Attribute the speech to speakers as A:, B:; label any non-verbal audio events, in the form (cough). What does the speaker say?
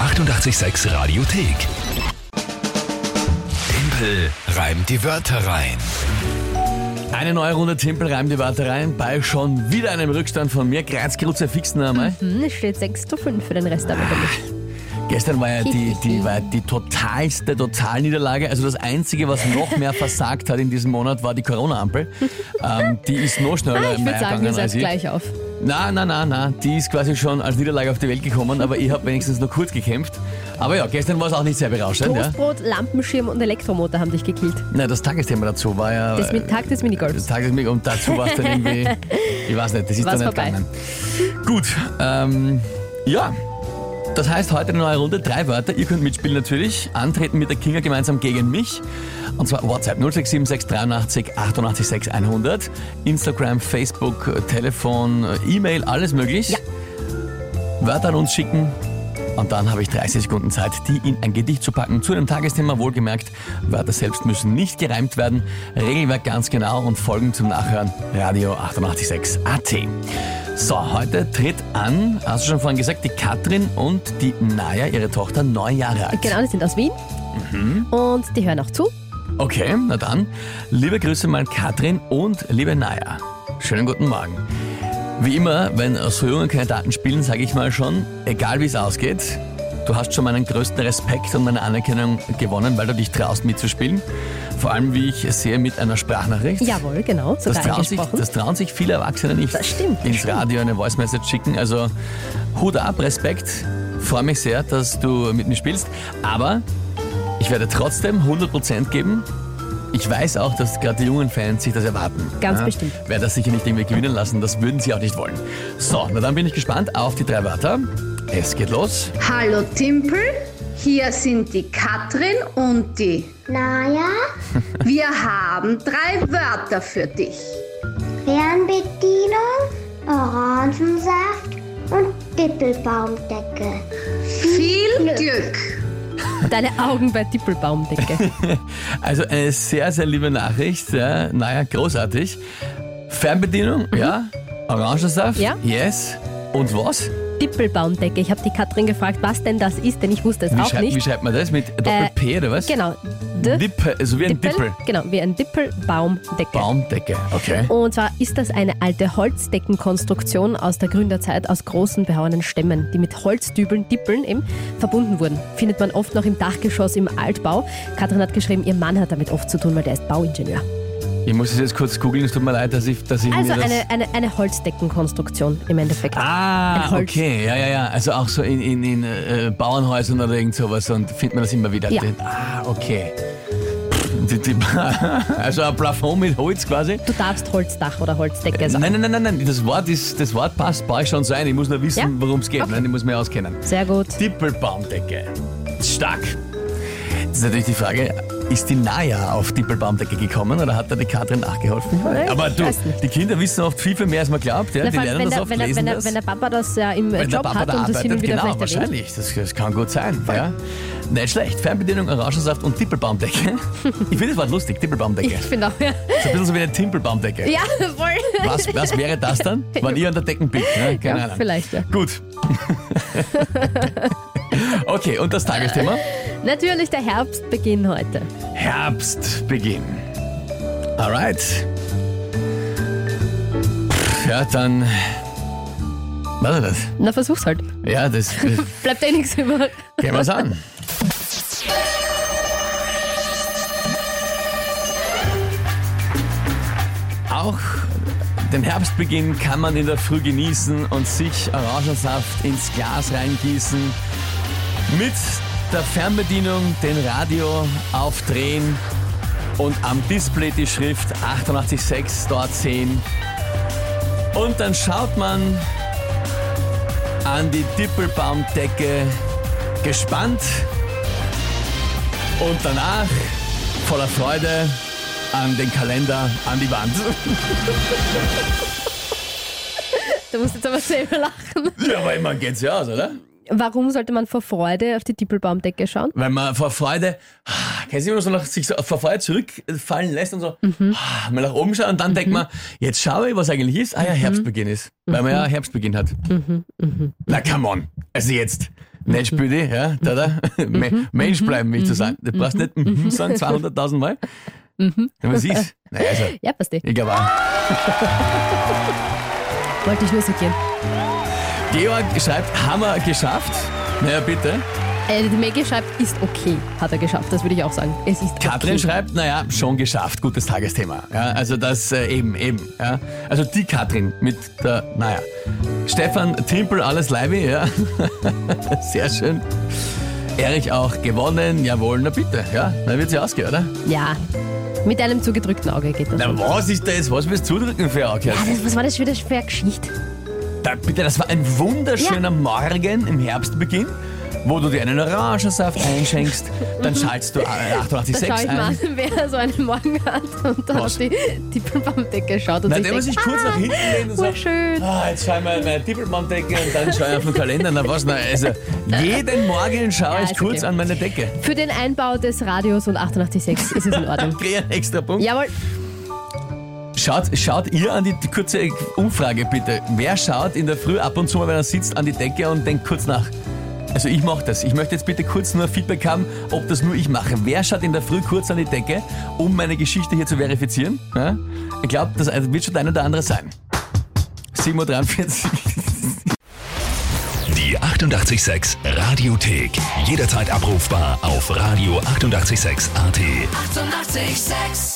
A: 886 Radiothek. Tempel reimt die Wörter rein.
B: Eine neue Runde Tempel reimt die Wörter rein bei schon wieder einem Rückstand von mir. Graz, Grutze, Fixen einmal.
C: Hm, es steht 6 zu 5 für den Rest der Woche nicht.
B: Gestern war ja die, die, war die totalste Totalniederlage. Also das Einzige,
C: (laughs)
B: was noch mehr versagt hat in diesem Monat, war die Corona-Ampel. Ähm, die ist noch schneller
C: (laughs) Ah, ich
B: im Mai
C: würde sagen, ihr
B: gegangen
C: seid
B: als ich.
C: gleich auf.
B: Na, na, na, na. Die ist quasi schon als Niederlage auf die Welt gekommen, aber ich habe wenigstens noch kurz gekämpft. Aber ja, gestern war es auch nicht sehr berauschend. Ja? Äh,
C: Toastbrot, Lampenschirm und Elektromotor haben dich gekillt.
B: Na, das Tagesthema dazu war ja... äh,
C: Das mit Tag des
B: Das
C: Minigolfs.
B: Tagesmilch und dazu war es dann
C: (laughs)
B: irgendwie, ich weiß nicht, das ist
C: War's
B: dann nicht
C: vorbei.
B: gegangen. Gut, ähm, ja. Das heißt, heute eine neue Runde, drei Wörter. Ihr könnt mitspielen natürlich. Antreten mit der Kinga gemeinsam gegen mich. Und zwar WhatsApp 0676 88 6100, Instagram, Facebook, äh, Telefon, äh, E-Mail, alles möglich. Wörter an uns schicken. Und dann habe ich 30 Sekunden Zeit, die in ein Gedicht zu packen zu einem Tagesthema. Wohlgemerkt, Wörter selbst müssen nicht gereimt werden. Regelwerk ganz genau und Folgen zum Nachhören. Radio 886 AT. So, heute tritt an, hast du schon vorhin gesagt, die Katrin und die Naya, ihre Tochter, neun Jahre alt.
C: Genau, die sind aus Wien.
B: Mhm.
C: Und die hören auch zu.
B: Okay, na dann. Liebe Grüße mal Katrin und liebe Naya. Schönen guten Morgen. Wie immer, wenn so junge Kandidaten spielen, sage ich mal schon, egal wie es ausgeht, du hast schon meinen größten Respekt und meine Anerkennung gewonnen, weil du dich traust mitzuspielen. Vor allem, wie ich sehe, mit einer Sprachnachricht.
C: Jawohl, genau,
B: Das
C: sogar
B: trauen, sich,
C: eingesprochen.
B: das trauen sich viele Erwachsene nicht.
C: Das stimmt, das
B: Ins
C: stimmt.
B: Radio eine Voice Message schicken. Also Hut ab, Respekt. Freue mich sehr, dass du mit mir spielst. Aber ich werde trotzdem 100% geben. Ich weiß auch, dass gerade die jungen Fans sich das erwarten.
C: Ganz bestimmt.
B: Werde das sicher nicht irgendwie gewinnen lassen. Das würden sie auch nicht wollen. So, na dann bin ich gespannt auf die drei Wörter. Es geht los.
D: Hallo Timpel, hier sind die Katrin und die.
E: Naja,
D: Wir haben drei Wörter für dich.
E: Fernbedienung, Orangensaft und Dippelbaumdecke.
D: Viel Glück!
C: Deine Augen bei
B: (laughs)
C: Dippelbaumdecke.
B: Also eine sehr, sehr liebe Nachricht. Ja, naja, großartig. Fernbedienung, ja. Orangensaft,
C: Mhm. Ja.
B: yes. Und was?
C: Dippelbaumdecke. Ich habe die Katrin gefragt, was denn das ist, denn ich wusste es
B: Wie,
C: auch
B: schreibt, wie
C: nicht.
B: schreibt man das? Mit Doppel-P oder was?
C: Genau. D
B: Dippe, also wie ein Dippel.
C: Genau, wie ein Dippelbaumdecke.
B: Baumdecke, okay.
C: Und zwar ist das eine alte Holzdeckenkonstruktion aus der Gründerzeit aus großen behauenen Stämmen, die mit Holzdübeln, Dippeln eben verbunden wurden. Findet man oft noch im Dachgeschoss im Altbau. Katrin hat geschrieben, ihr Mann hat damit oft zu tun, weil der ist Bauingenieur.
B: Ich muss es jetzt kurz googeln, es tut mir leid, dass ich, dass ich
C: Also
B: mir das...
C: eine, eine, eine Holzdeckenkonstruktion im Endeffekt. ein
B: Ah,
C: Holz.
B: okay, ja, ja, ja. Also auch so in, in, in äh, Bauernhäusern oder irgend sowas und findet man das immer wieder.
C: Ja.
B: Ah, okay. (laughs) Die- die- Also ein Plafond mit Holz quasi.
C: Du darfst Holzdach oder Holzdecke sagen.
B: Äh, Nein, nein, nein, nein, nein. Das Wort, ist, das Wort passt, baue ich schon so ein. Ich muss nur wissen,
C: Ja?
B: worum es geht.
C: Okay.
B: Nein, ich muss mich auskennen.
C: Sehr gut.
B: Dippelbaumdecke. Stark. Jetzt ist natürlich die Frage, ist die Naya auf Dippelbaumdecke gekommen oder hat da die Katrin nachgeholfen?
C: Nein,
B: Aber
C: ich
B: du,
C: weiß nicht.
B: die Kinder wissen oft viel, viel mehr, als man glaubt. Ja?
C: Na,
B: Die
C: vor
B: lernen
C: allem, wenn,
B: das
C: der,
B: oft,
C: wenn, der,
B: lesen
C: wenn, der,
B: das.
C: wenn der Papa das ja im äh,
B: Wenn der
C: Job
B: Papa
C: hat
B: da
C: und das
B: arbeitet,
C: hin und wieder
B: genau,
C: vielleicht erwähnt.
B: wahrscheinlich. Das, das kann gut sein. Ja. Nicht schlecht. Fernbedienung, Orangensaft und
C: (laughs)
B: Dippelbaumdecke. Ich finde das Wort lustig, Dippelbaumdecke.
C: (laughs) Ich finde auch, ja.
B: So ein bisschen so wie eine Timpelbaumdecke.
C: Ja, voll.
B: Was, was wäre das
C: (laughs)
B: dann, wenn ich an der Decken bin? Ne? Keine
C: Ja,
B: Ahnung.
C: vielleicht, ja. (laughs)
B: Gut. okay, und das Tagesthema?
C: Natürlich der Herbstbeginn heute.
B: Herbstbeginn. Alright. Pff, Ja, dann. Was ist das?
C: Na, versuch's halt.
B: Ja, das. das Gehen
C: Bleibt eh nichts über.
B: wir es an. Auch den Herbstbeginn kann man in der Früh genießen und sich Orangensaft ins Glas reingießen. Mit der Fernbedienung den Radio aufdrehen und am Display die Schrift 886 dort sehen. Und dann schaut man an die Dippelbaumdecke gespannt und danach voller Freude an den Kalender, an die Wand.
C: Du musst jetzt aber selber lachen.
B: (laughs) Ja, aber immer geht's ja aus, oder?
C: Warum sollte man vor Freude auf die Dippelbaumdecke schauen?
B: Weil man vor Freude, ah, kennst du immer so nach sich so vor Freude zurückfallen lässt und so, ah, mal nach oben schauen und dann denkt man, jetzt schaue ich, was eigentlich ist. Ah ja, Herbstbeginn ist. Weil man ja Herbstbeginn hat. Na come on. Also jetzt. Nicht bitte, ja, da, da. Me- Mensch bleiben, wie ich zu sagen. Du brauchst nicht mhm sagen 200.000 Mal. Ja, was ist? Naja, also,
C: Ja, passt eh.
B: ich glaube auch.
C: Wollte ich nur sortieren.
B: Georg schreibt, Hammer geschafft. Naja, bitte.
C: Äh, die Maggie schreibt, ist okay. Hat er geschafft, das würde ich auch sagen. Es ist
B: Katrin
C: okay.
B: schreibt, naja, schon geschafft, gutes Tagesthema. Ja, also das äh, eben, eben. Ja. Also die Katrin mit der, naja. Stefan Timpel, alles Leibe, ja. (laughs) Sehr schön. Erich auch gewonnen, jawohl, na bitte, ja. Na wird's ja ausgehen, oder?
C: Ja. Mit einem zugedrückten Auge geht das.
B: Na was ist das? Was willst du zudrücken für ein Auge?
C: Ah, das, was war das wieder für eine Geschichte?
B: Da, bitte, das war ein wunderschöner Morgen im Herbstbeginn, wo du dir einen Orangensaft einschenkst, dann schaltest du
C: (laughs)
B: äh,
C: Da schaue
B: 886
C: ich
B: ein.
C: mal an, wer so einen Morgen hat und dann
B: Was?
C: auf die Tippelbaumdecke schaut und
B: Na,
C: sich
B: der muss
C: denkt,
B: sich kurz
C: ah,
B: nach hinten lehnen und sagt,
C: urschön.
B: Ah, jetzt schaue ich mal meine Tippelbaumdecke und dann schaue ich auf den Kalender. Na was, na, also jeden Morgen schaue
C: Ja,
B: ich
C: ist
B: kurz
C: okay.
B: an meine Decke.
C: Für den Einbau des Radios und 886 ist es
B: (laughs)
C: in Ordnung.
B: Kriege einen extra Punkt.
C: Jawohl,
B: Schaut, schaut ihr an die kurze Umfrage bitte. Wer schaut in der Früh ab und zu mal, wenn er sitzt, an die Decke und denkt kurz nach? Also ich mache das. Ich möchte jetzt bitte kurz nur Feedback haben, ob das nur ich mache. Wer schaut in der Früh kurz an die Decke, um meine Geschichte hier zu verifizieren? Ja? Ich glaube, das wird schon der eine oder andere sein. 7.43 Uhr.
A: Die 886 Radiothek. Jederzeit abrufbar auf radio886.at. 886! 886.
F: 886